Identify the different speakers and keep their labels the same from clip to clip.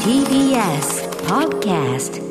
Speaker 1: TBS Podcast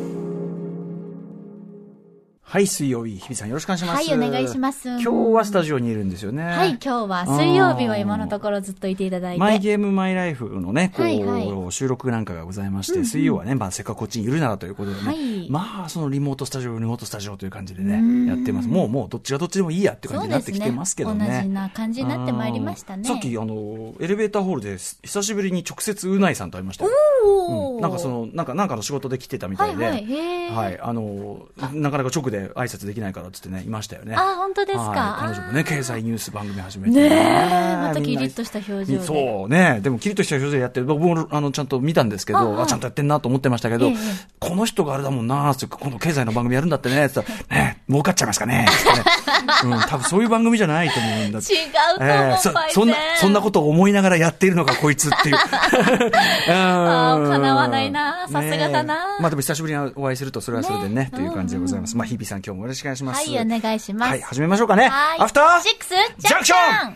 Speaker 2: はい、水曜日、日比さんよろしくお願いします。
Speaker 3: はいお願いします
Speaker 2: 今日はスタジオにいるんですよね。
Speaker 3: はい、今日は水曜日は今のところずっといていただいて。
Speaker 2: マイゲームマイライフのね、こう、
Speaker 3: はいは
Speaker 2: 収録なんかがございまして、水曜はね、まあせっかくこっちにいるならということでね、
Speaker 3: はい
Speaker 2: まあそのリモートスタジオ、リモートスタジオという感じでね、やってます。もうもうどっちがどっちでもいいやって感じになってきてますけどね。
Speaker 3: 同じな感じになってまいりました
Speaker 2: うん
Speaker 3: ね。
Speaker 2: さっき、あの、エレベーターホールです久しぶりに直接うないさんと会いましたよ。
Speaker 3: おー、
Speaker 2: なんかその、なんか、なんかの仕事で来てたみたいで、
Speaker 3: はいはいへー
Speaker 2: はいあの、なかなか直で挨拶できないからっつってね、いましたよね。
Speaker 3: あ本当ですか
Speaker 2: はい、彼女もね、
Speaker 3: あー
Speaker 2: 経済ニュース番組始めて
Speaker 3: ね
Speaker 2: ね。
Speaker 3: え、またキリッとした表情で。
Speaker 2: そうね。でも、キリッとした表情でやってる。僕も、あの、ちゃんと見たんですけど、
Speaker 3: あはい
Speaker 2: あちゃんとやってんなと思ってましたけど、
Speaker 3: ええ
Speaker 2: この人があれだもんな、つってこの経済の番組やるんだってね、つってね、儲かっちゃいますかね、つってね。 うん、多分そういう番組じゃないと思うんだ
Speaker 3: 違うと思う、
Speaker 2: ええそ
Speaker 3: パイセン
Speaker 2: そんな、そんなことを思いながらやっているのがこいつっていう。 あ
Speaker 3: ー叶わないなさすがだな
Speaker 2: まあでも久しぶりにお会いするとそれはそれでね、
Speaker 3: ね
Speaker 2: という感じでございます。まあ日々さん今日もよろしくお願いします。
Speaker 3: はい、お願いします。
Speaker 2: はい、始めましょうかね。
Speaker 3: はい
Speaker 2: アフター
Speaker 3: シックス
Speaker 2: ジャンクション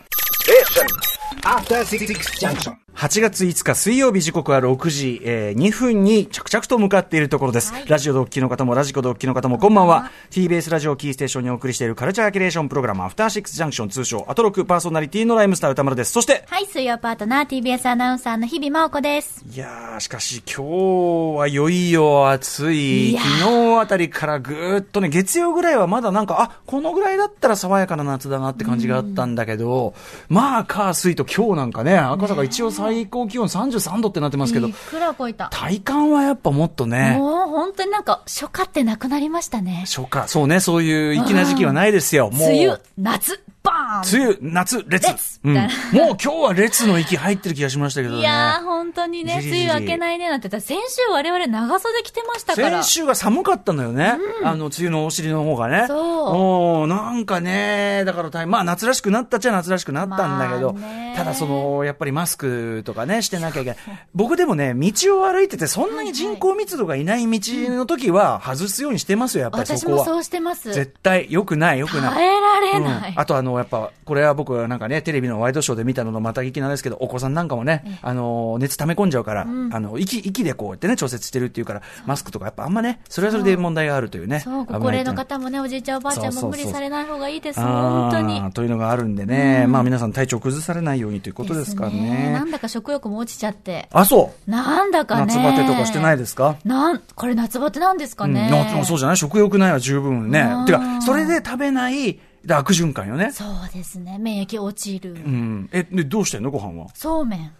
Speaker 4: After Six Junction.
Speaker 2: 8月5日水曜日時刻は6時、えー2分に着々と向かっているところです。ラジオ同期の方もラジコ同期の方もこんばんは。TBS ラジオキーステーションにお送りしているカルチャーキュレーションプログラムアフターシックスジャンクション通称アトロクパーソナリティのライムスター歌丸です。そして、
Speaker 3: はい、水曜パートナー TBS アナウンサーの日々真央子です。
Speaker 2: いやー、しかし今日はいよいよ暑い。
Speaker 3: いやー
Speaker 2: 昨日あたりからぐーっとね、月曜ぐらいはまだなんか、あ、このぐらいだったら爽やかな夏だなって感じがあったんだけど、まあ、火、水と今日なんかね、赤坂一応最高気温33度ってなってますけど
Speaker 3: い、くら超えた。
Speaker 2: 体感はやっぱもっとね、
Speaker 3: もう本当になんか、初夏ってなくなりましたね。
Speaker 2: 初夏、そうね、そういう粋な時期はないですよ。もう。
Speaker 3: 梅雨、夏、バーン
Speaker 2: 梅雨、夏、列
Speaker 3: 列。
Speaker 2: うん、
Speaker 3: み
Speaker 2: も
Speaker 3: た
Speaker 2: う
Speaker 3: い
Speaker 2: 今日は列の息入ってる気がしましたけどね。
Speaker 3: いやー、本当にね、
Speaker 2: じりじり
Speaker 3: 梅雨明けないねなんて言ったら、先週我々長袖着てましたから。
Speaker 2: 先週が寒かったのよね、あの梅雨のお尻の方がね、
Speaker 3: そう
Speaker 2: おーなんかね、だから大変、まあ、夏らしくなったっちゃ夏らしくなったんだけど、
Speaker 3: まあね
Speaker 2: ただその、やっぱりマスクとかね、してなきゃいけない、僕でもね、道を歩いてて、そんなに人口密度がいない道の時は、外すようにしてますよ、やっぱり
Speaker 3: 私
Speaker 2: そこ
Speaker 3: も
Speaker 2: は。
Speaker 3: そうしてます。耐
Speaker 2: 絶対、良くない、良く
Speaker 3: え
Speaker 2: ない。
Speaker 3: られない。
Speaker 2: うんあとあの、やっぱ、これは僕はなんかね、テレビのワイドショーで見たののまた聞きなんですけど、お子さんなんかもね、あの、熱溜め込んじゃうから、あの、息、息でこうやってね、調節してるっていうから、マスクとかやっぱあんまね、それはそれで問題があるというね。
Speaker 3: そう、ご
Speaker 2: 危
Speaker 3: 高
Speaker 2: ないって
Speaker 3: 齢
Speaker 2: いう
Speaker 3: の方もね、おじいちゃんおばあちゃん
Speaker 2: そ
Speaker 3: も
Speaker 2: うそう
Speaker 3: 無
Speaker 2: そう
Speaker 3: 理されない方がいいです。
Speaker 2: あ
Speaker 3: 本
Speaker 2: ー
Speaker 3: 当に。
Speaker 2: というのがあるんでね、まあ皆さん体調崩されないようにということですから
Speaker 3: です
Speaker 2: ね。
Speaker 3: なんだか食欲も落ちちゃって。
Speaker 2: あ、そう。
Speaker 3: なんだかね。
Speaker 2: 夏バテとかしてないですか
Speaker 3: なん、これ夏バテなんですか
Speaker 2: うん
Speaker 3: ね。
Speaker 2: 夏もそうじゃない食欲ないは十分ね
Speaker 3: う。ん
Speaker 2: てか、それで食べない、だ悪循環よね。
Speaker 3: そうですね。免疫落ちる。
Speaker 2: うん。え、で、どうしてんのご飯は。
Speaker 3: そうめん。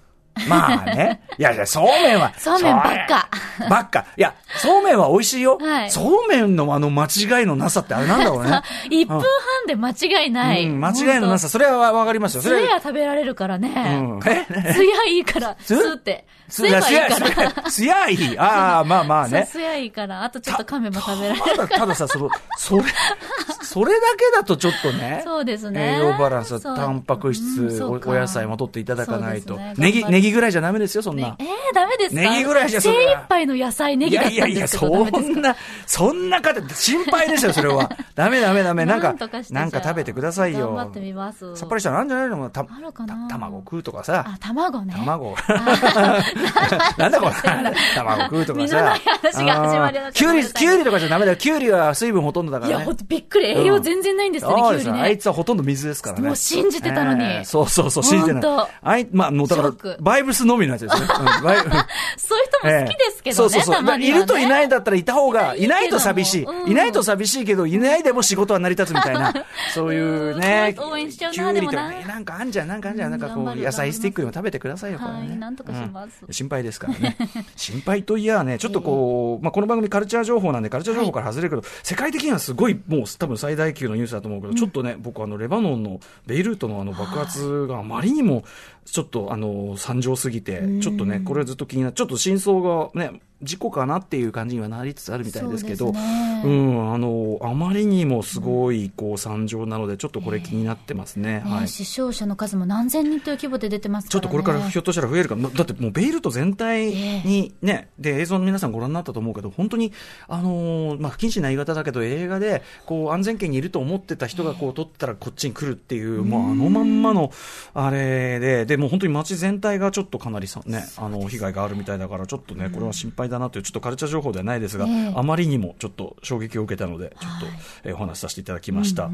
Speaker 2: まあね。い やいや、そうめんは。
Speaker 3: そうめんばっか
Speaker 2: そうめんばっか。いや、そうめんは美味しいよ。
Speaker 3: はい
Speaker 2: そうめんのあの間違いのなさってあれなんだろう ね。
Speaker 3: 1分半で間違いない。
Speaker 2: うん、間違いのなさ、それはわかりますよ。
Speaker 3: 本
Speaker 2: そ
Speaker 3: 当。つ
Speaker 2: れ
Speaker 3: や
Speaker 2: は。
Speaker 3: 食べられるから
Speaker 2: う
Speaker 3: ね。
Speaker 2: ん。 え
Speaker 3: つやい いから、すって。つやいいから。
Speaker 2: つやいい。ああ、まあまあ
Speaker 3: そう
Speaker 2: ね。
Speaker 3: すやいいから、あとちょっと噛めば食べられる。
Speaker 2: ただ、たださ、その、それ、それだけだとちょっとね。
Speaker 3: そうですね
Speaker 2: 栄養バランス、
Speaker 3: そう
Speaker 2: タンパク
Speaker 3: うん
Speaker 2: 質、お
Speaker 3: そうか
Speaker 2: お野菜も取っていただかないと。
Speaker 3: そうですね
Speaker 2: ネギ、
Speaker 3: 頑張る
Speaker 2: ネギぐらいじゃダメですよ、そんな。
Speaker 3: えー、ダメですか
Speaker 2: ネギぐらいじゃそ
Speaker 3: 精
Speaker 2: れは
Speaker 3: 一杯の野菜ネギだったんですけど、
Speaker 2: いやいやいや、
Speaker 3: ダメです
Speaker 2: そん
Speaker 3: か
Speaker 2: な、そんな方、心配ですよ、それ は。ダメダメダメ。なんか、
Speaker 3: とかして
Speaker 2: なんか食べてください
Speaker 3: 頑張
Speaker 2: よ
Speaker 3: って。みます。
Speaker 2: さっぱりしたのあるんじゃないのた、た
Speaker 3: あるかな
Speaker 2: 卵食うとかさ
Speaker 3: あ、。卵ね。
Speaker 2: 卵。 なんだ これ。卵食うとかさ。
Speaker 3: 身のない話が始まり
Speaker 2: あー
Speaker 3: ました
Speaker 2: きゅう
Speaker 3: ごめん
Speaker 2: り、
Speaker 3: なさい
Speaker 2: きゅうりとかじゃダメだよ。きゅうりは水分ほとんどだか
Speaker 3: い
Speaker 2: ら
Speaker 3: や、
Speaker 2: ね
Speaker 3: ほん。とびっくり。栄養全然ないんですよね、
Speaker 2: そう
Speaker 3: きゅ
Speaker 2: で
Speaker 3: う
Speaker 2: す
Speaker 3: り
Speaker 2: あい
Speaker 3: ね。
Speaker 2: つはほとんど水ですからね。
Speaker 3: もう信じてたのに
Speaker 2: えーそうそうそう、信じてない
Speaker 3: ほんと。
Speaker 2: あい、まあ、もうだか
Speaker 3: ショ
Speaker 2: ら
Speaker 3: ック、
Speaker 2: バイブスのみのやつですね。うんバイブ
Speaker 3: そういう人も好きですけ
Speaker 2: ええ
Speaker 3: どね、
Speaker 2: そうそうそ
Speaker 3: た
Speaker 2: う。
Speaker 3: まには、
Speaker 2: い
Speaker 3: ね。
Speaker 2: るといないだったらいた方が、い
Speaker 3: い
Speaker 2: な
Speaker 3: ないい
Speaker 2: と
Speaker 3: けども
Speaker 2: 寂しい、
Speaker 3: うん
Speaker 2: いないと寂しいけど、いないでも仕事は成り立つみたい な。そういうね。
Speaker 3: うん応援しちゃうな
Speaker 2: きゅうりとか
Speaker 3: でも
Speaker 2: ね。なんかあんじゃん、なんかあんじゃん。
Speaker 3: う
Speaker 2: なん
Speaker 3: ん
Speaker 2: かこ
Speaker 3: 頑張
Speaker 2: う、
Speaker 3: る
Speaker 2: 野菜スティックでも食べてくださいよ、これ
Speaker 3: はい
Speaker 2: ね。
Speaker 3: なんとかします
Speaker 2: うん心配ですからね。心配といや ね、ちょっとこう、まあ、この番組カルチャー情報なんで、カルチャー情報から外れるけど、世界的にはすごい、もう多分最大級のニュースだと思うけど、ちょっとね、僕あの、レバノンのベイルートのあの爆発があまりにも、ちょっとあの、惨状すぎて、ちょっとね、これはずっと気になって、ちょっと真相がね、事故かなっていう感じにはなりつつあるみたいですけ
Speaker 3: そ
Speaker 2: ど、
Speaker 3: うですね
Speaker 2: うん、あの、あまりにもすごい、こう、惨状なので、ちょっとこれ気になってますね。
Speaker 3: ね
Speaker 2: はい。
Speaker 3: 死傷者の数も何千人という規模で出てます
Speaker 2: ちょっ
Speaker 3: から、ね、
Speaker 2: とこれからひょっとしたら増えるかも、だってもうベイルト全体にね、で映像の皆さんご覧になったと思うけど、本当に、あのーまあ、不謹慎な言い方だけど、映画でこう安全圏にいると思ってた人がこう撮ったらこっちに来るっていう、もうあのまんまのあれで、でもう本当に街全体がちょっとかなりさ、ね、あの被害があるみたいだから、ちょっとね、これは心配だなという、ちょっとカルチャー情報ではないですが、
Speaker 3: ええ
Speaker 2: あまりにもちょっと衝撃を受けたので、ちょっと、えーお話しさせていただきました。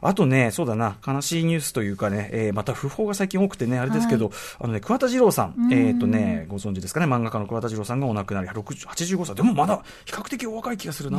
Speaker 2: あとね、そうだな、悲しいニュースというかね、えーまた訃報が最近多くてね、あれですけど、あのね、桑田二郎さん、えっ、とね、ご存知ですかね、漫画家の桑田二郎さんがお亡くなり、60 85歳、でもまだ比較的お若い気がするな、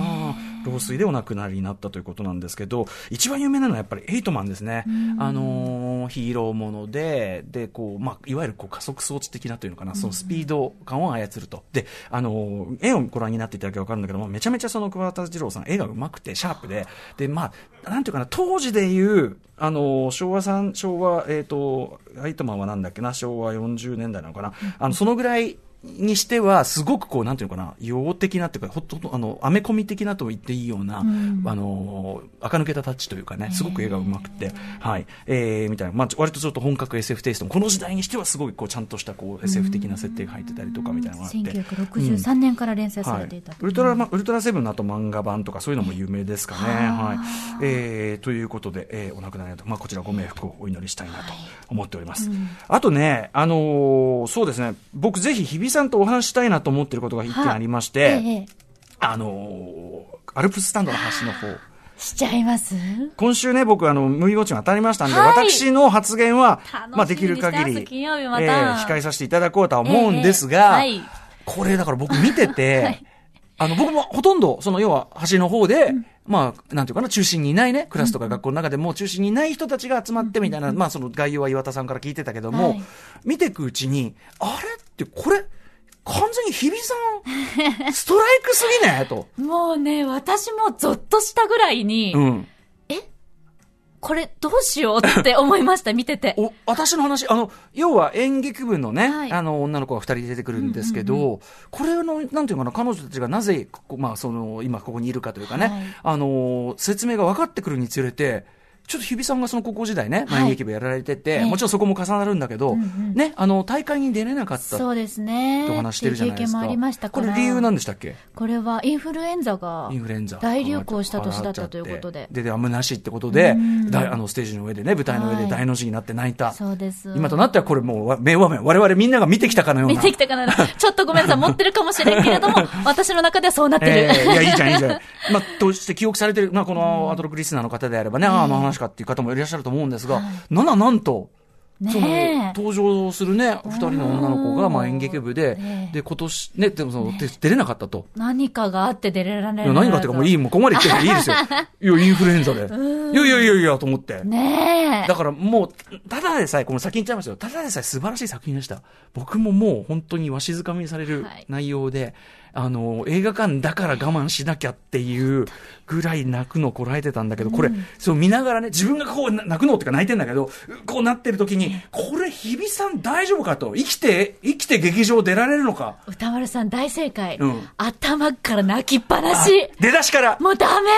Speaker 2: 老衰でお亡くなりになったということなんですけど、一番有名なのはやっぱりエイトマンですね。あのーヒーローもので、で、こう、まあ、いわゆるこう加速装置的なというのかな、そのスピード感を操ると。で、あのー絵をご覧になっていただければわかるんだけども、めちゃめちゃその桑田二郎さん、絵がうまくて、シャープで、で、まあ、なんていうかな、当時でいう、あのー昭和さん、昭和、えっ、と、アイトマンはなんだっけな、昭和40年代なのかな、あの、そのぐらい、にしては、すごくこう、なんていうのかな、洋的なっていうか、ほっとほんと、あの、アメコミ的なとも言っていいような、あの、垢抜けたタッチというかね、すごく絵がうまくて、はい、えー、みたいな、まあ、割とちょっと本格 SF テイストも、この時代にしてはすごい、こう、ちゃんとした、こう、SF 的な設定が入ってたりとか、みたいなのがあって。うん
Speaker 3: 1963年から連載さ
Speaker 2: は
Speaker 3: れ
Speaker 2: い
Speaker 3: ていたと、
Speaker 2: ウルトラマウルトラセブンの後漫画版とかそういうのも有名ですかね。はいえーということで、えーお亡くなりのと、まあ、こちらご冥福をお祈りしたいなと思っております。あとね、あのーそうですね、僕ぜひ日比さんとお話ししたいなと思ってることが一
Speaker 3: はい
Speaker 2: 点ありまして、
Speaker 3: ええ
Speaker 2: あのーアルプススタンドの端の方。
Speaker 3: しちゃいます
Speaker 2: 今週ね、僕、あの、ムービーウォッチが当たりましたんで、
Speaker 3: はい
Speaker 2: 私の発言は、まあ、
Speaker 3: 楽
Speaker 2: で
Speaker 3: し
Speaker 2: き
Speaker 3: み
Speaker 2: る
Speaker 3: にして
Speaker 2: 限
Speaker 3: 明
Speaker 2: り
Speaker 3: 日、金曜日また
Speaker 2: 控えさせていただこうとは思うんですが、
Speaker 3: ええええはい
Speaker 2: これ、だから僕見てて、
Speaker 3: はい
Speaker 2: あの、僕もほとんど、その、要は、端の方で、まあ、なんていうかな、中心にいないね、クラスとか学校の中でも中心にいない人たちが集まってみたいな、まあ、その概要は岩田さんから聞いてたけども、
Speaker 3: はい
Speaker 2: 見ていくうちに、あれって、これ、完全に日比さん、ストライクすぎね、 と。
Speaker 3: もうね、私もゾッとしたぐらいに、
Speaker 2: うん。
Speaker 3: これどうしよう って思いました、見てて。
Speaker 2: お、私の話、あの、要は演劇部のね、
Speaker 3: はい
Speaker 2: あの、女の子が二人出てくるんですけど、これの、なんていうのかな、彼女たちがなぜ、ここまあ、その、今ここにいるかというかね、
Speaker 3: はい
Speaker 2: あの、説明が分かってくるにつれて、ちょっと日比さんがその高校時代ね、まあ
Speaker 3: はい
Speaker 2: 演劇部やられてて、
Speaker 3: ええ
Speaker 2: もちろんそこも重なるんだけど、
Speaker 3: うんうん
Speaker 2: ね、あの、大会に出れなかったって
Speaker 3: そうですね。
Speaker 2: お話してるじゃないです
Speaker 3: ってう経験
Speaker 2: か。
Speaker 3: もありました
Speaker 2: こ
Speaker 3: から。
Speaker 2: れ理由なんでしたっけ
Speaker 3: これはインフルエンザが
Speaker 2: インフルエンザ
Speaker 3: 大流行した年だったということで。
Speaker 2: でであむなしいってことで、
Speaker 3: うん
Speaker 2: だいあのステージの上でね舞台の上で
Speaker 3: はい
Speaker 2: 大の字になって泣いた、
Speaker 3: そうです。
Speaker 2: 今となってはこれもうわ名場面我々みんなが見てきたかのような
Speaker 3: 見てき たから、ちょっとごめんなさい、持ってるかもしれんけれども、私の中ではそうなってる。
Speaker 2: ええいや、いいじゃん、いいじゃん。 まあ、として記憶されてる、まあ、このアトロクリスナーの方であればね、ああ、まあ話かっていう方もいらっしゃると思うんですが、なな、なんと、その
Speaker 3: ねえ。
Speaker 2: 登場するね、二人の女の子が、まあ、演劇部で
Speaker 3: ね、え
Speaker 2: で、今年、ね、でもその、で出れなかったと。
Speaker 3: 何かがあって出れられない
Speaker 2: いや、何がっていうか、もういい、もうここまで言ってるいい ですよ。いや、インフルエンザで。いやいやいやいや、と思って。
Speaker 3: ねえ。
Speaker 2: だからもう、ただでさえ、この先に言っちゃいましたよ。ただでさえ素晴らしい作品でした。僕ももう本当にわしづかみにされる
Speaker 3: はい
Speaker 2: 内容で、あの、映画館だから我慢しなきゃっていうぐらい泣くのをこらえてたんだけど、これ、そう見ながらね、自分がこうな泣くのっていうか泣いてんだけど、こうなってる時に、これ日比さん大丈夫かと。生きて、生きて劇場出られるのか。
Speaker 3: 歌丸さん大正解。
Speaker 2: うん
Speaker 3: 頭から泣きっぱなし。
Speaker 2: あ出だしから。
Speaker 3: もうダメ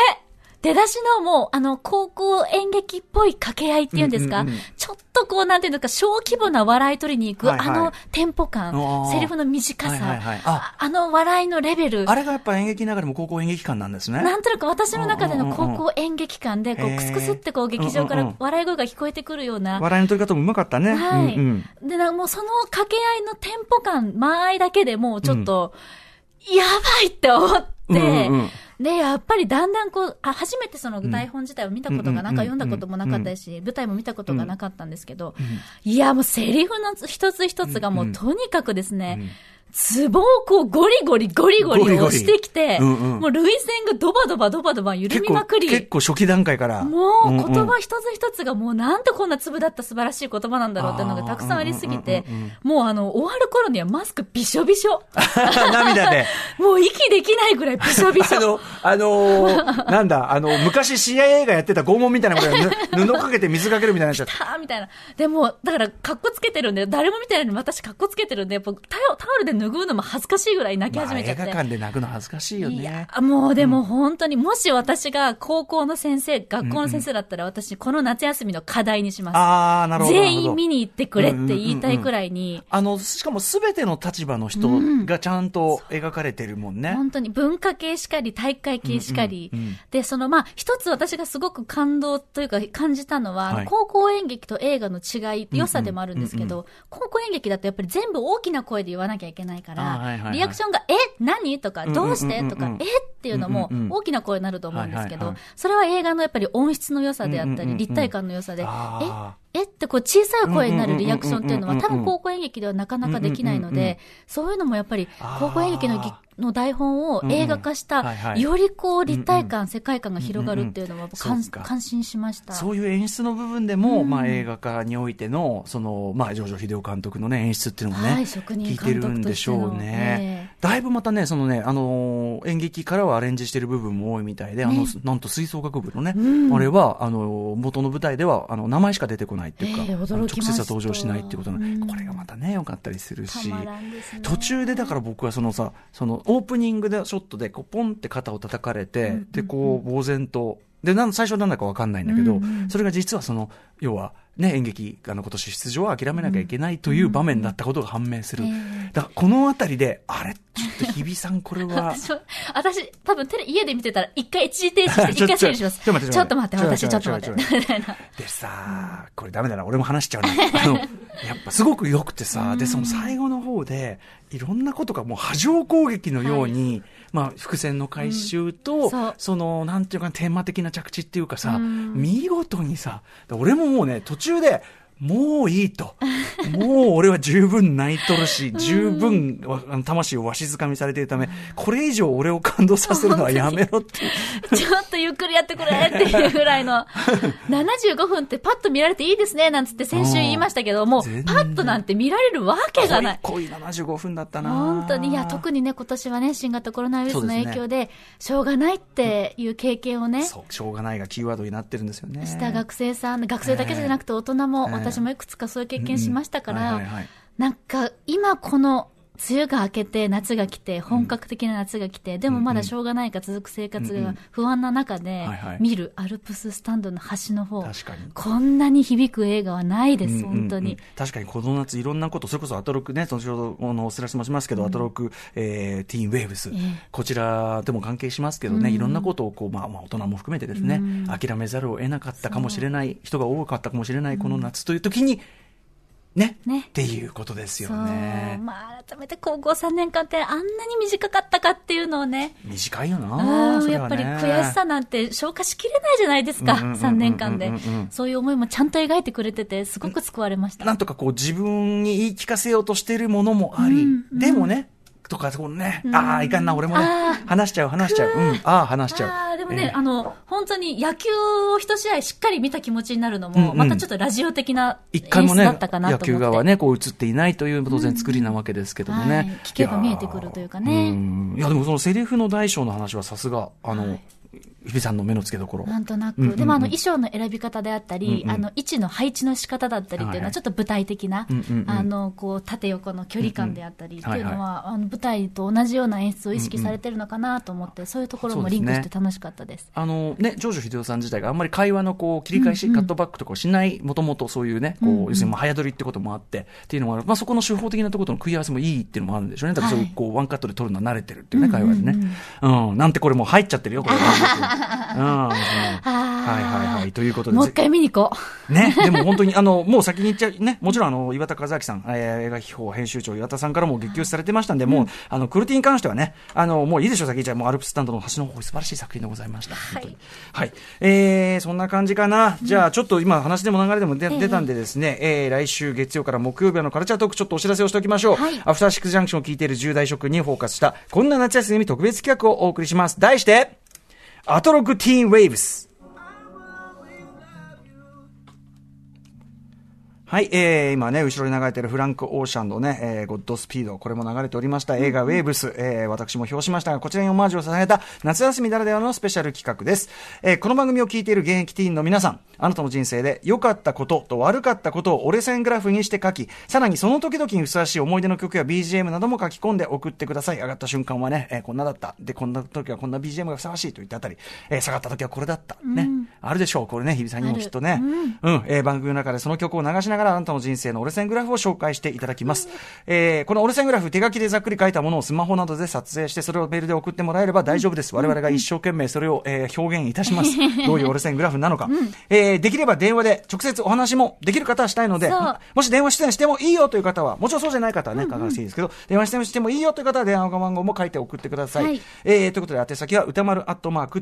Speaker 3: 出だしのもう、あの、高校演劇っぽい掛け合いっていうんですか、
Speaker 2: うんうんうん
Speaker 3: ちょっとこう、なんていうのか、小規模な笑い取りに行く、
Speaker 2: はいはい
Speaker 3: あのテンポ
Speaker 2: あ
Speaker 3: 感
Speaker 2: ー、
Speaker 3: セリフの短さ、
Speaker 2: はいはいはいあ
Speaker 3: ああの笑いのレベル
Speaker 2: あ、れがやっぱ演劇の中でも高校演劇館なんですね。
Speaker 3: なんとなく私の中での高校演劇館で、こ
Speaker 2: うんうんうん
Speaker 3: う、クスクスってこう、
Speaker 2: へー
Speaker 3: 劇場か
Speaker 2: うんうん
Speaker 3: ら笑い声が聞こえてくるような、
Speaker 2: 笑いの取り方もうまかったね。
Speaker 3: はい、
Speaker 2: うんうん
Speaker 3: で、なんかもうその掛け合いのテンポ感、間合いだけでもうちょっと、やばいって思って、
Speaker 2: うんうん
Speaker 3: で、やっぱりだんだんこう、あ初めてその台本自体を見たことが
Speaker 2: う
Speaker 3: な
Speaker 2: んん
Speaker 3: か
Speaker 2: うんうん
Speaker 3: 読んだこともなかったし、舞台も見たことがなかったんですけど、いや、もうセリフの一つ一つがもうとにかくですね、ツボをこうゴリゴリゴリゴ
Speaker 2: ゴリ
Speaker 3: リ
Speaker 2: ゴリ
Speaker 3: 押してきて、
Speaker 2: うんうん
Speaker 3: もう涙腺がドバドバドバドバ緩
Speaker 2: 結
Speaker 3: み
Speaker 2: 構
Speaker 3: まくり。
Speaker 2: 結構初期段階から。
Speaker 3: もう言
Speaker 2: んん
Speaker 3: 葉一つ一つがもうなんてこんな粒だった素晴らしい言葉なんだろうっていうのがたくさんありすぎて
Speaker 2: あーうんうんうん、
Speaker 3: もうあの、終わる頃にはマスクびしょびしょ。
Speaker 2: 涙 で。
Speaker 3: もう息できないぐらいびしょ びし
Speaker 2: あ
Speaker 3: ょ。
Speaker 2: の、あの ーなんだ、あの、昔 CIA がやってた拷問みたいなことで ぬ布かけて水かけるみたいになっちゃった。
Speaker 3: あーみたいな。でも、だから、かっこつけてるんで、誰も見てないのに私かっこつけてるんで、やっぱタオタオルで濡拭うのも恥ずかしいぐらい泣き
Speaker 2: ま
Speaker 3: 始
Speaker 2: あ
Speaker 3: めちゃ
Speaker 2: 映
Speaker 3: って。
Speaker 2: 画館で泣くの恥ずかしいよ
Speaker 3: い
Speaker 2: ね
Speaker 3: や。、もうでも本当に、もし私が高校の先生、学校の先生だったら、私、この夏休みの課題にします。
Speaker 2: ああ、なるほど。
Speaker 3: 全員見
Speaker 2: に。
Speaker 3: に行ってくれって言いたいくらいに、
Speaker 2: あの、しかも全ての立場の人がちゃんと描かれてるもんね。
Speaker 3: 本当に文化系しかり、体育会系しかり、
Speaker 2: うんうんうん
Speaker 3: で、その、まあ、一つ私がすごく感動というか感じたのは、
Speaker 2: はい
Speaker 3: 高校演劇と映画の違い、良さでもあるんですけど、
Speaker 2: う
Speaker 3: 高校演劇だとやっぱり全部大きな声で言わなきゃいけないから、
Speaker 2: あーはいはいはい
Speaker 3: リアクションが、え何とか、
Speaker 2: んうんうんうん
Speaker 3: どうしてとか、えっていうのも
Speaker 2: うんうんうん
Speaker 3: 大きな声になると思うんです
Speaker 2: はい
Speaker 3: け
Speaker 2: はいは
Speaker 3: ど
Speaker 2: い、
Speaker 3: それは映画のやっぱり音質の良さであっ
Speaker 2: うんう
Speaker 3: た
Speaker 2: んうんう
Speaker 3: り、
Speaker 2: ん
Speaker 3: 立体感の良さで、え
Speaker 2: あ
Speaker 3: えってこう小さい声になるリアクションっていうの
Speaker 2: う
Speaker 3: は
Speaker 2: んうんう
Speaker 3: 多
Speaker 2: んうんうん
Speaker 3: 分高校演劇ではなかなかできないの
Speaker 2: うんうんうんうん
Speaker 3: で、そういうのもやっぱり
Speaker 2: あー
Speaker 3: 高校演劇のぎの台本を映画化し
Speaker 2: うんうんはいは
Speaker 3: た、
Speaker 2: い
Speaker 3: よりこう立体感、世界観が広がるっていうの
Speaker 2: うんうん
Speaker 3: は
Speaker 2: うん
Speaker 3: 感
Speaker 2: そうか
Speaker 3: 感心しました。
Speaker 2: そういう演出の部分でも、まあ、映画化においての、その、まあ、上場秀夫監督のね、演出っていうのもね、
Speaker 3: はい職人
Speaker 2: 聞いてるんでしょう
Speaker 3: 監督としての
Speaker 2: ね
Speaker 3: え。
Speaker 2: だいぶまたね、そのね、あのー演劇からはアレンジしてる部分も多いみたいで、あの
Speaker 3: ね、
Speaker 2: なんと吹奏楽部のね、あれは、あのー、元の舞台では、あの、名前しか出てこないっていうか、
Speaker 3: ええ驚き
Speaker 2: あの直接は
Speaker 3: ました
Speaker 2: 登場しないっていうことな
Speaker 3: う
Speaker 2: の
Speaker 3: ん
Speaker 2: これがまたね、良かったりするし。
Speaker 3: たまらんですね
Speaker 2: 途中でだから僕はそのさそのオープニングでショットでこうポンって肩を叩かれて、でこう呆然とでなん最初なんだかわかんないんだけど、
Speaker 3: うん
Speaker 2: それが実はその要は、ね、演劇あの今年出場は諦めなきゃいけないという場面だったことが判明する、
Speaker 3: ええ
Speaker 2: だからこの辺りであれちょっと日比さんこれは。
Speaker 3: 私は、私、多分テレ、家で見てたら、一回一時停止して、一回整理します。
Speaker 2: ちょちょ
Speaker 3: ちょっと待って、
Speaker 2: ちょ
Speaker 3: 私、
Speaker 2: ち
Speaker 3: ち
Speaker 2: ょ
Speaker 3: ょっと待っ
Speaker 2: ちょ
Speaker 3: て。みたいな。
Speaker 2: でさこれダメだな俺も話し ちゃうなあのやっぱすごく良くてさでその最後の方でいろんなことがもう波状攻撃のように、まあ、伏線の回収と、
Speaker 3: んそう
Speaker 2: そのなんていうかテーマ的な着地っていうかさ、
Speaker 3: うん
Speaker 2: 見事にさ俺ももうね途中でもういい と。もう俺は十分泣いとるし、十分わあの魂をわしづかみされているため、これ以上俺を感動させるのはやめろっていう
Speaker 3: ちょっとゆっくりやってくれっていうぐらいの、75分ってパッと見られていいですねなんつって先週言いましたけど、もう
Speaker 2: 全然
Speaker 3: パッとなんて見られるわ けがない。
Speaker 2: 濃い濃い75分だったな
Speaker 3: 本当に、いや、特にね、今年はね、新型コロナウイルスの影響で、しょうがないっていう経験をね、
Speaker 2: そう、しょうがないがキーワードになってるんですよね。
Speaker 3: した学生さん、学生だけじゃなくて大人も、
Speaker 2: ええ
Speaker 3: 私もいくつかそういう経験しましたか
Speaker 2: うんうんはいはいは
Speaker 3: ら
Speaker 2: い、
Speaker 3: なんか今この梅雨が明けて夏が来て、本格的な夏が来て、でもまだしょうがないが続く生活が不安な中で
Speaker 2: はいはい、
Speaker 3: 見るアルプススタンドの端の方、
Speaker 2: 確かに
Speaker 3: こんなに響く映画はないです、
Speaker 2: うんうんうん
Speaker 3: 本当に。
Speaker 2: 確かにこの夏いろんなこと、それこそアトロックね、後ほどあのお知らせもしますけど、アトロック、えーティーンウェーブス、
Speaker 3: ええ
Speaker 2: こちらでも関係しますけどね、いろんなことをこう、まあ、まあ大人も含めてですね、諦めざるを得なかったかもしれない、人が多かったかもしれない、この夏という時に、ね、
Speaker 3: ね
Speaker 2: っていうことですよ
Speaker 3: そう、
Speaker 2: ね。
Speaker 3: まあ改めて高校3年間ってあんなに短かったかっていうのをね、
Speaker 2: 短いよな、
Speaker 3: うん
Speaker 2: それ
Speaker 3: やっ
Speaker 2: は
Speaker 3: ぱ
Speaker 2: ね
Speaker 3: り悔しさなんて消化しきれないじゃないですか、
Speaker 2: うんうんうんうんうん
Speaker 3: 3年間で。そういう思いもちゃんと描いてくれてて、すごく救われました。
Speaker 2: なんとかこう自分に言い聞かせようとしてるものもあり、でもね、とか、こうね、ああ、いかんな、俺もね
Speaker 3: あ、
Speaker 2: 話しちゃう、話しちゃう、うん、ああ、話しちゃう。
Speaker 3: ああー、でも
Speaker 2: え
Speaker 3: ね、
Speaker 2: え
Speaker 3: あの、本当に野球を一試合しっかり見た気持ちになるの
Speaker 2: うん
Speaker 3: も、
Speaker 2: うん
Speaker 3: またちょっとラジオ的な演
Speaker 2: 一回も
Speaker 3: 出
Speaker 2: ね、
Speaker 3: だったかなと
Speaker 2: 野
Speaker 3: 思って。
Speaker 2: 球側はね、こう映っていないという当然作りなわけですけどもね。
Speaker 3: はい聞けば見えてくるというかね
Speaker 2: いやーうんいや、でもそのセリフの大小の話はさすが、あの、日比さんの目の付けどころ。
Speaker 3: なんとなく、
Speaker 2: うんうんうん
Speaker 3: でもあの衣装の選び方であったり、あの位置の配置の仕方だった
Speaker 2: は
Speaker 3: りっていう
Speaker 2: い
Speaker 3: の
Speaker 2: はい
Speaker 3: はちょっと舞台的な、
Speaker 2: うんうんうん
Speaker 3: あのこう縦横の距離感であったりってい
Speaker 2: うん
Speaker 3: うのは、
Speaker 2: うんは
Speaker 3: あの舞台と同じような演出を意識されてるのかなと思って、そういうところもリンクして楽しかったです。
Speaker 2: あのね、ジョージ秀夫さん自体があんまり会話のこう切り返し、カットバックとかをしない、もともとそういうね、こう、要するにまあ早撮りってこともあって、っていうのもある、まあ、そこの手法的なところとの食い合わせもいいっていうのもあるんでしょうね。だからそういう、
Speaker 3: はい
Speaker 2: こう、ワンカットで撮るのは慣れてるっていうね、会話でね。うん、なんてこれもう入っちゃってる よ、これ。うん、うんはいはいはい。ということで。
Speaker 3: もう一回見に行こ
Speaker 2: ね、でも本当に、あの、もう先に言っちゃう、ね、もちろん、あの、岩田和明さん、えー映画秘宝編集長岩田さんからも激推しされてましたんで、もう、あの、クルティに関してはね、あの、もういいでしょう、先に言っちゃうもうアルプススタンドの端の方、素晴らしい作品でございました。本当に。はい。えー、そんな感じかな。じゃあ、ちょっと今、話でも流れでも出出たんでですね、えー、来週月曜から木曜日のカルチャートーク、ちょっとお知らせをしておきましょう。
Speaker 3: はい
Speaker 2: アフターシックスジャンクションを聞いている重大職にフォーカスした、こんな夏休み特別企画をお送りします。題して、アトロクティーンウェイブス。はい、えー、今ね、後ろに流れてるフランク・オーシャンのね、えー、ゴッドスピード、これも流れておりました映画、ウェーブス、えー、私も表しましたが、こちらにオマージュを捧げた夏休みならではのスペシャル企画です。えー、この番組を聞いている現役ティーンの皆さん、あなたの人生で良かったことと悪かったことを折れ線グラフにして書き、さらにその時々にふさわしい思い出の曲や BGM なども書き込んで送ってください。上がった瞬間はね、えー、こんなだった。で、こんな時はこんな BGM がふさわしいといったあたり、えー、下がった時はこれだった。ね。あるでしょう、これね、日比さんにもきっとね。うん、えー番組の中でその曲を流しながらあなたの人生の折れ線グラフを紹介していただきます。えーこの折れ線グラフ、手書きでざっくり書いたものをスマホなどで撮影して、それをメールで送ってもらえれば大丈夫です。我々が一生懸命それを、えー表現いたします。 どういう折れ線グラフなのか。えーできれば電話で直接お話もできる方はしたいので
Speaker 3: そう、
Speaker 2: もし電話出演してもいいよという方は、もちろんそうじゃない方はね、書かなくていいですけど、電話出演してもいいよという方は電話番号も書いて送ってください。
Speaker 3: はい
Speaker 2: えーということで、宛先は歌丸アットマーク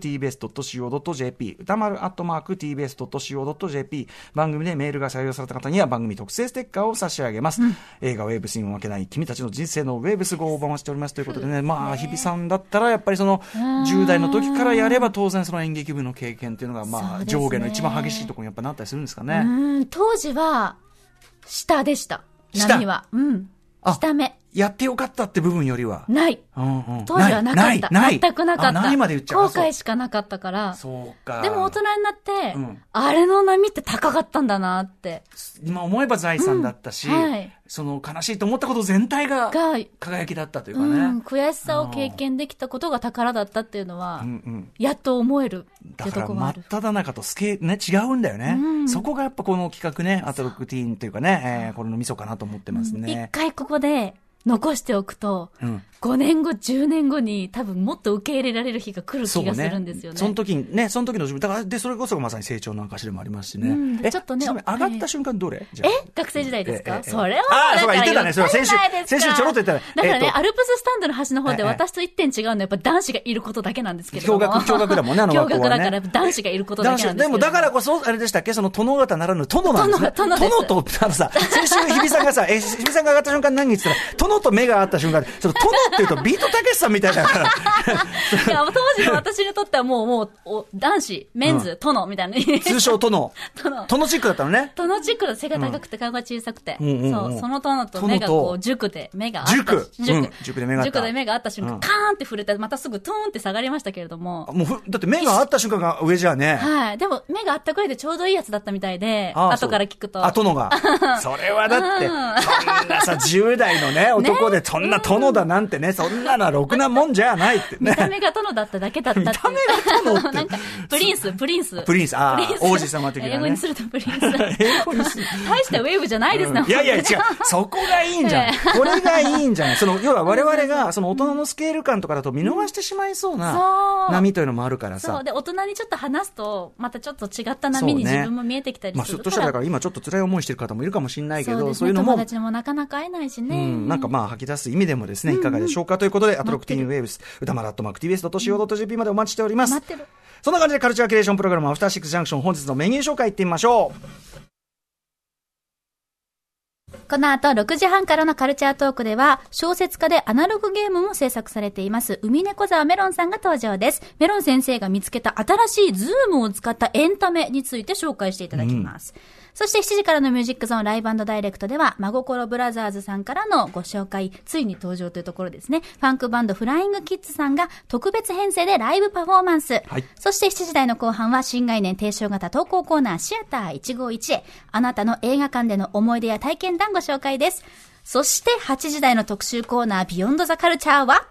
Speaker 2: tbs.co.jp、歌丸アットマーク tbs.co.jp、番組でメールが採用された方には番組特製ステッカーを差し上げます。映画ウェーブスにも負けない君たちの人生のウェーブスご応募をしておりますということでね、まあ、日比さんだったらやっぱりその10代の時からやれば当然その演劇部の経験っていうのが、ま
Speaker 3: そ
Speaker 2: あ、
Speaker 3: うですね
Speaker 2: 上下の一番激しいところにやっぱなったりするんですか
Speaker 3: う
Speaker 2: ね。
Speaker 3: ん、当時は、下でした。
Speaker 2: 下
Speaker 3: 波は。うん。
Speaker 2: あ
Speaker 3: 下目。
Speaker 2: やってよかったって部分よりは。
Speaker 3: ない。
Speaker 2: うんうん
Speaker 3: 当時はなかった。
Speaker 2: ない、ない
Speaker 3: 全くなかっ
Speaker 2: あ
Speaker 3: た。
Speaker 2: ないまで言っちゃう。
Speaker 3: 後悔しかなかったから。
Speaker 2: そうか。
Speaker 3: でも大人になって、
Speaker 2: うん
Speaker 3: あれの波って高かったんだなって。
Speaker 2: 今思えば財産だったし、
Speaker 3: うんはい
Speaker 2: その悲しいと思ったこと全体が
Speaker 3: が、
Speaker 2: 輝きだったという
Speaker 3: う
Speaker 2: かね。
Speaker 3: ん、悔しさを経験できたことが宝だったっていうのは、
Speaker 2: うん
Speaker 3: やっと思えるって
Speaker 2: だ
Speaker 3: い
Speaker 2: か
Speaker 3: うと
Speaker 2: ら
Speaker 3: こも
Speaker 2: 真
Speaker 3: あ
Speaker 2: っ
Speaker 3: る。
Speaker 2: 只中とスケね、違うんだよね、
Speaker 3: うん
Speaker 2: そこがやっぱこの企画ね、アトロックティーンというかね、えーこれのミソかなと思ってます
Speaker 3: 一
Speaker 2: ね。
Speaker 3: 回ここで残しておくと、
Speaker 2: うん
Speaker 3: 5年後、10年後に多分もっと受け入れられる日が来る
Speaker 2: そう
Speaker 3: 気
Speaker 2: ね。
Speaker 3: がするんですよね。
Speaker 2: その時にね、その時の自分、だから、で、それこそがまさに成長の証でもありますしね。
Speaker 3: うんで
Speaker 2: え
Speaker 3: ちょっとね
Speaker 2: ちなみに上がった瞬間どれじゃあ
Speaker 3: え学生時代です
Speaker 2: ええ
Speaker 3: か、
Speaker 2: ええ
Speaker 3: それは
Speaker 2: ああそうか言ってたね
Speaker 3: だら
Speaker 2: そう先週
Speaker 3: 言ったじゃないですか
Speaker 2: 先週ちょろっと言ったね
Speaker 3: だからね、
Speaker 2: えっと
Speaker 3: アルプススタンドの端の方で
Speaker 2: ええ
Speaker 3: 私と一点違うのはやっぱ男子がいることだけなんですけれど
Speaker 2: 驚
Speaker 3: も。
Speaker 2: 愕、驚愕だもんね、あの
Speaker 3: 驚
Speaker 2: 学校
Speaker 3: 愕
Speaker 2: は
Speaker 3: だ
Speaker 2: ね。
Speaker 3: から男子がいることだ
Speaker 2: 男
Speaker 3: け
Speaker 2: 子
Speaker 3: なんで
Speaker 2: で
Speaker 3: すけれど
Speaker 2: もだからこそ、あれでしたっけその殿方ならぬ殿なんですね。
Speaker 3: 殿殿です
Speaker 2: と、あのさ、先週日比さんがさ、え、日比さんが上がった瞬間何言ってたら、殿と目が合った瞬間、その殿っていうとビートたけしさんみたいだから、
Speaker 3: いや当時の私にとってはもう、もう、お男子、メンズ、殿みたいな。
Speaker 2: 通称殿。
Speaker 3: 殿。
Speaker 2: 殿チックだったのね。
Speaker 3: 殿チックの背が高くて顔が小さくて、
Speaker 2: うんうんうん
Speaker 3: そう、その殿と目がこ
Speaker 2: 殿と
Speaker 3: う、塾で目が合った。
Speaker 2: 塾
Speaker 3: 塾,、
Speaker 2: うん塾で目が合った
Speaker 3: 塾で目が合った瞬間、
Speaker 2: うん
Speaker 3: カーンって触れて、またすぐトーンって下がりましたけれども。
Speaker 2: もうふ、だって目が合った瞬間が上じゃね。
Speaker 3: はい。でも、目があったくらいでちょうどいいやつだったみたいで、
Speaker 2: ああ
Speaker 3: 後から聞くと。
Speaker 2: あ、殿 が。それはだって、そんなさ、10代のね、男で、そんな殿だなんてね、そんなのはろくなもんじゃないってね
Speaker 3: 見。た目が殿だっただけだったってい
Speaker 2: 見
Speaker 3: う。
Speaker 2: た目が殿って
Speaker 3: なんか、プ リンス、プリンス。
Speaker 2: プリンスああ
Speaker 3: プリンス
Speaker 2: 王子様的なね
Speaker 3: 英語にすると プリンス。
Speaker 2: 英語にする
Speaker 3: 大したウェーブじゃないですね、
Speaker 2: うんいやいや、違う
Speaker 3: 本当に。
Speaker 2: そこがいいんじゃん
Speaker 3: え。
Speaker 2: これがいいんじゃない。その、要は我々が、その大人のスケール感とかだと見逃してしまいそうな
Speaker 3: そう
Speaker 2: 波というのもあるから
Speaker 3: そ
Speaker 2: さ
Speaker 3: う。。で、大人にちょっと話すと、またちょっと違った波に
Speaker 2: そうね
Speaker 3: 自分も見えてきたり
Speaker 2: まあ、
Speaker 3: す
Speaker 2: ひょ
Speaker 3: る
Speaker 2: っと
Speaker 3: から。
Speaker 2: したらだから今ちょっと辛い思いしてる方もいるかもしれないけ
Speaker 3: そう
Speaker 2: ど、
Speaker 3: ですね
Speaker 2: そういうのも
Speaker 3: 友、達もなかなか会えないしね。
Speaker 2: うん、なんかまあ吐き出す意味でもですね、いかがでしょうかということで、アトロックティーンウェーブス、歌丸アットマーク TBS.CO.JP までお待ちしております。
Speaker 3: 待ってる
Speaker 2: そんな感じでカルチャーキュレーションプログラム、アフターシックスジャンクション、本日のメニュー紹介いってみましょう。
Speaker 3: この後6時半からのカルチャートークでは、小説家でアナログゲームも制作されています、海猫沢メロンさんが登場です。メロン先生が見つけた新しいズームを使ったエンタメについて紹介していただきます。そして7時からのミュージックゾーンライブダイレクトでは、真心ブラザーズさんからのご紹介、ついに登場というところですね。ファンクバンドフライングキッズさんが特別編成でライブパフォーマンス。
Speaker 2: はい
Speaker 3: そして7時台の後半は新概念提唱型投稿コーナーシアター151へ、あなたの映画館での思い出や体験談ご紹介です。そして8時台の特集コーナービヨンドザカルチャーは、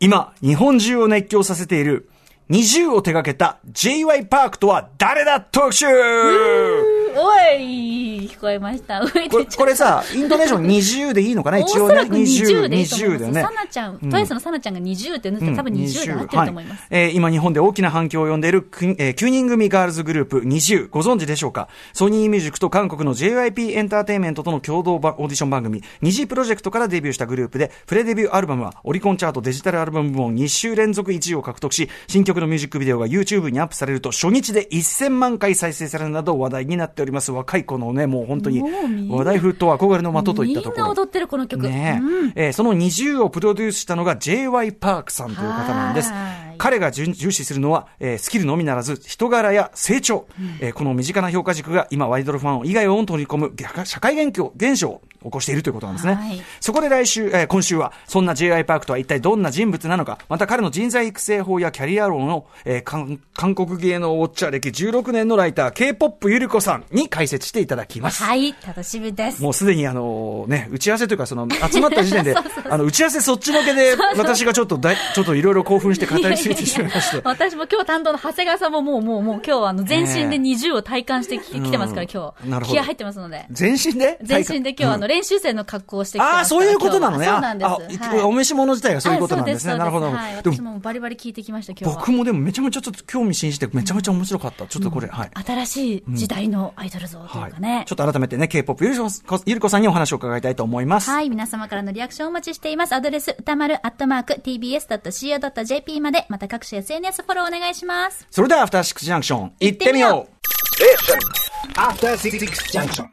Speaker 2: 今、日本中を熱狂させている、20を手掛けた JY パークとは誰だ特集
Speaker 3: おい聞こえました。上
Speaker 2: これこれさ、イントネーション20でいいのかな一応
Speaker 3: お
Speaker 2: ね。
Speaker 3: そらく20でいいと思い
Speaker 2: 20
Speaker 3: ます。
Speaker 2: だよね
Speaker 3: サ。ナちゃん、トエスのサナちゃんが20って言うんですけど、多分20で合ってると思います。
Speaker 2: はいえー今日本で大きな反響を呼んでいるく、えー9人組ガールズグループ20、ご存知でしょうかソニーミュージックと韓国の JYP エンターテインメントとの共同ばオーディション番組、20プロジェクトからデビューしたグループで、プレデビューアルバムはオリコンチャートデジタルアルバム部門2週連続1位を獲得し、新曲のミュージックビデオが YouTube にアップされると、初日で1000万回再生されるなど話題になっております。若い子のね、もう本当に
Speaker 3: もうみんな
Speaker 2: 話題沸騰憧れの的とい
Speaker 3: み
Speaker 2: ったと
Speaker 3: ん
Speaker 2: ころ。
Speaker 3: な踊ってるこの曲。
Speaker 2: ねええーその20をプロデュースしたのが j y パークさんという方なんです
Speaker 3: はーい。
Speaker 2: 彼が重重視するのは、えースキルのみならず、人柄や成長、えーこの身近な評価軸が今、ワイドルファン以外を取り込む逆社会現象現象を起こしているということなんですね。
Speaker 3: はい
Speaker 2: そこで来週、えー今週は、そんな J.I. パークとは一体どんな人物なのか、また彼の人材育成法やキャリア論を、えー韓韓国芸能ウォッチャー歴16年のライター、K-POP ゆり子さんに解説していただきます。
Speaker 3: はい、楽しみです。
Speaker 2: もうすでにあのね、打ち合わせというか、その、集まった時点 で、あの、打ち合わせそっちのけで、私がちょっとだい、ちょっといろいろ興奮して語りすぎてしまいまして。
Speaker 3: 私も今日担当の長谷川さんももうもうもう今日はあの全身で20を体感してき,、てますから今日。
Speaker 2: なるほど
Speaker 3: 気合入ってますので。
Speaker 2: 全身で
Speaker 3: 全身で今日はあの練習生の格好をしてきてます
Speaker 2: あ
Speaker 3: から
Speaker 2: あ、そういうことなのね。
Speaker 3: 今日はそうなん
Speaker 2: あ
Speaker 3: です。
Speaker 2: あお召し物自体がそういうことなんですね。
Speaker 3: あ
Speaker 2: なるほど。
Speaker 3: そう
Speaker 2: なるほ
Speaker 3: です
Speaker 2: どで
Speaker 3: そうですはい、私
Speaker 2: も、
Speaker 3: もバリバリ聞いてきました今日は。
Speaker 2: 僕もでもめちゃめちゃちょっと興味津々で、めちゃめちゃ面白かった。ちょっとこれ、はい。
Speaker 3: 新しい時代のアイドル像とい
Speaker 2: は
Speaker 3: うかね。
Speaker 2: い。ちょっと改めてね、K-POP ゆりこゆりこさんにお話を伺いたいと思います。
Speaker 3: はい。皆様からのリアクションをお待ちしています。アドレス、歌丸アットマーク、tbs.co.jp まで、また各種 SNS フォローお願いします。
Speaker 2: それでは、アフターシックスジャンクション、行ってみよう
Speaker 4: After Six Junction.